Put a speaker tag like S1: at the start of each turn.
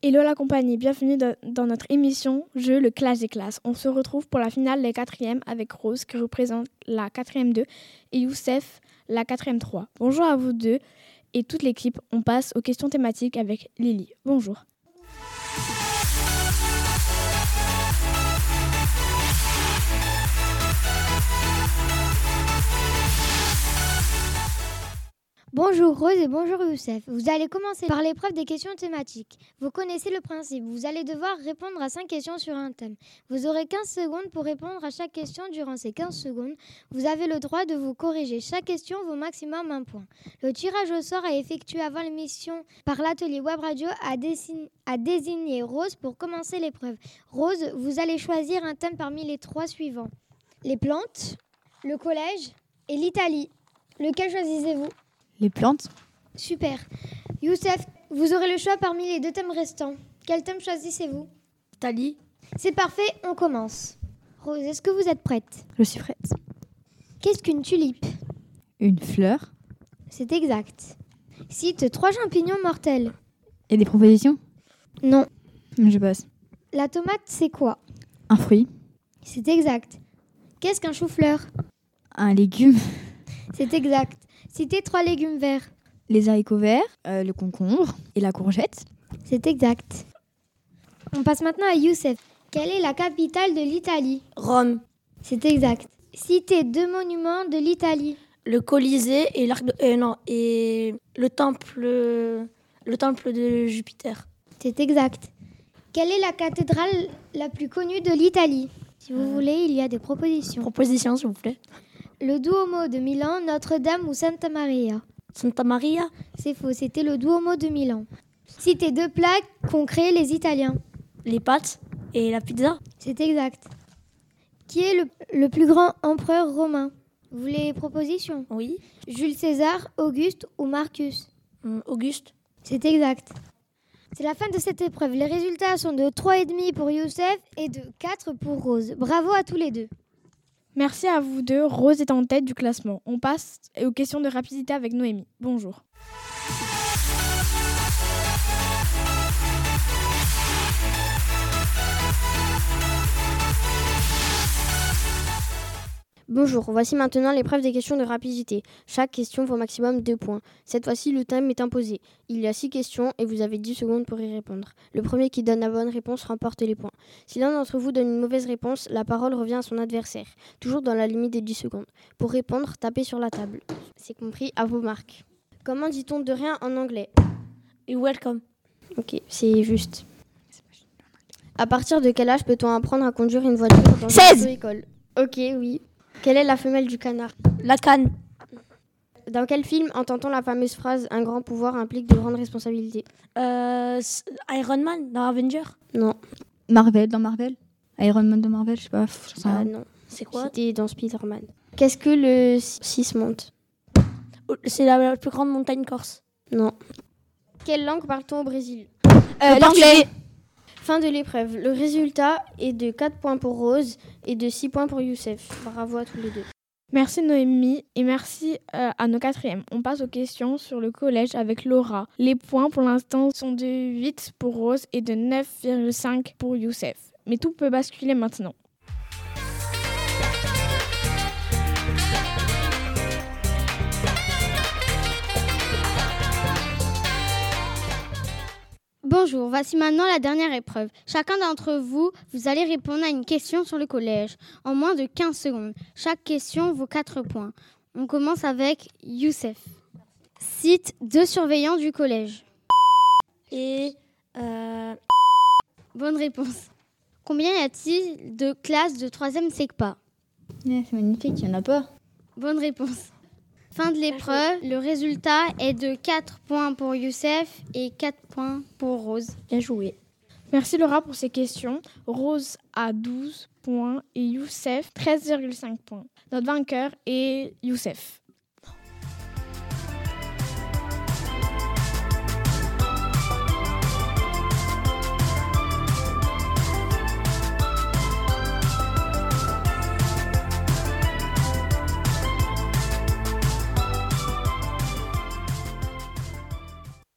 S1: Hello la compagnie, bienvenue de- dans notre émission Jeu le clash des classes. On se retrouve pour la finale des quatrièmes avec Rose qui représente la quatrième 2 et Youssef la quatrième 3. Bonjour à vous deux et toute l'équipe. On passe aux questions thématiques avec Lily. Bonjour.
S2: Bonjour Rose et bonjour Youssef. Vous allez commencer par l'épreuve des questions thématiques. Vous connaissez le principe. Vous allez devoir répondre à 5 questions sur un thème. Vous aurez 15 secondes pour répondre à chaque question durant ces 15 secondes. Vous avez le droit de vous corriger. Chaque question vaut maximum un point. Le tirage au sort est effectué avant l'émission par l'atelier Web Radio à, dessin- à désigner Rose pour commencer l'épreuve. Rose, vous allez choisir un thème parmi les trois suivants. Les plantes, le collège et l'Italie. Lequel choisissez-vous
S3: Les plantes
S2: Super. Youssef, vous aurez le choix parmi les deux thèmes restants. Quel thème choisissez-vous
S3: Tali.
S2: C'est parfait, on commence. Rose, est-ce que vous êtes prête
S3: Je suis prête.
S2: Qu'est-ce qu'une tulipe
S3: Une fleur.
S2: C'est exact. Cite trois champignons mortels.
S3: Et des propositions
S2: Non.
S3: Je passe.
S2: La tomate, c'est quoi
S3: Un fruit.
S2: C'est exact. Qu'est-ce qu'un chou-fleur
S3: Un légume.
S2: C'est exact. Citez trois légumes verts.
S3: Les haricots verts. euh, le concombre. Et la courgette.
S2: C'est exact. On passe maintenant à Youssef. Quelle est la capitale de l'Italie
S4: Rome,
S2: C'est exact. Citez deux monuments de l'Italie.
S4: le Colisée et l'arc de euh, non et le temple le temple de Jupiter.
S2: C'est exact. Quelle est la cathédrale la plus connue de l'Italie Si vous voulez, il y a des propositions.
S4: Proposition s'il vous plaît.
S2: Le Duomo de Milan, Notre-Dame ou Santa Maria
S4: Santa Maria,
S2: C'est faux, c'était le Duomo de Milan. Citez deux plats qu'ont créés les Italiens.
S4: les pâtes et la pizza.
S2: C'est exact. Qui est le, le plus grand empereur romain Vous voulez les propositions
S4: Oui.
S2: Jules César, Auguste ou Marcus
S4: Hum, Auguste,
S2: C'est exact. C'est la fin de cette épreuve. Les résultats sont de 3,5 pour Youssef et de 4 pour Rose. Bravo à tous les deux.
S1: Merci à vous deux. Rose est en tête du classement. On passe aux questions de rapidité avec Noémie. Bonjour.
S5: Bonjour, voici maintenant l'épreuve des questions de rapidité. Chaque question vaut maximum 2 points. Cette fois-ci, le thème est imposé. Il y a 6 questions et vous avez 10 secondes pour y répondre. Le premier qui donne la bonne réponse remporte les points. Si l'un d'entre vous donne une mauvaise réponse, la parole revient à son adversaire, toujours dans la limite des 10 secondes. Pour répondre, tapez sur la table. C'est compris, à vos marques. Comment dit-on de rien en anglais
S4: you welcome.
S5: Ok, c'est juste. À partir de quel âge peut-on apprendre à conduire une voiture dans une
S4: 16.
S5: auto-école Ok, oui. Quelle est la femelle du canard
S4: La canne,
S5: Dans quel film entend-on la fameuse phrase Un grand pouvoir implique de grandes responsabilités
S4: euh, s- Iron Man dans Avenger.
S5: Non,
S3: Marvel dans Marvel. Iron Man dans Marvel, je sais pas. pff, j'en sais
S5: ah
S3: rien.
S5: non.
S4: C'est quoi
S5: C'était dans Spider-Man. Qu'est-ce que le sismonte
S4: Oh, C'est la, la plus grande montagne corse.
S5: Non. Quelle langue parle-t-on au Brésil
S3: Euh, l'anglais.
S5: Fin de l'épreuve. Le résultat est de 4 points pour Rose et de 6 points pour Youssef. Bravo à tous les deux.
S1: Merci Noémie et merci euh, à nos quatrièmes. On passe aux questions sur le collège avec Laura. Les points pour l'instant sont de 8 pour Rose et de 9,5 pour Youssef. Mais tout peut basculer maintenant.
S6: Bonjour, voici maintenant la dernière épreuve. Chacun d'entre vous, vous allez répondre à une question sur le collège en moins de 15 secondes. Chaque question vaut 4 points. On commence avec Youssef. Cite deux surveillants du collège.
S4: Et euh,
S6: Bonne réponse. Combien y a-t-il de classes de 3e SECPA
S3: Ouais, C'est magnifique, il y en a pas.
S6: Bonne réponse. Fin de l'épreuve, le résultat est de 4 points pour Youssef et 4 points pour Rose.
S4: bien joué.
S1: Merci Laura pour ces questions. Rose a 12 points et Youssef 13,5 points. Notre vainqueur est Youssef.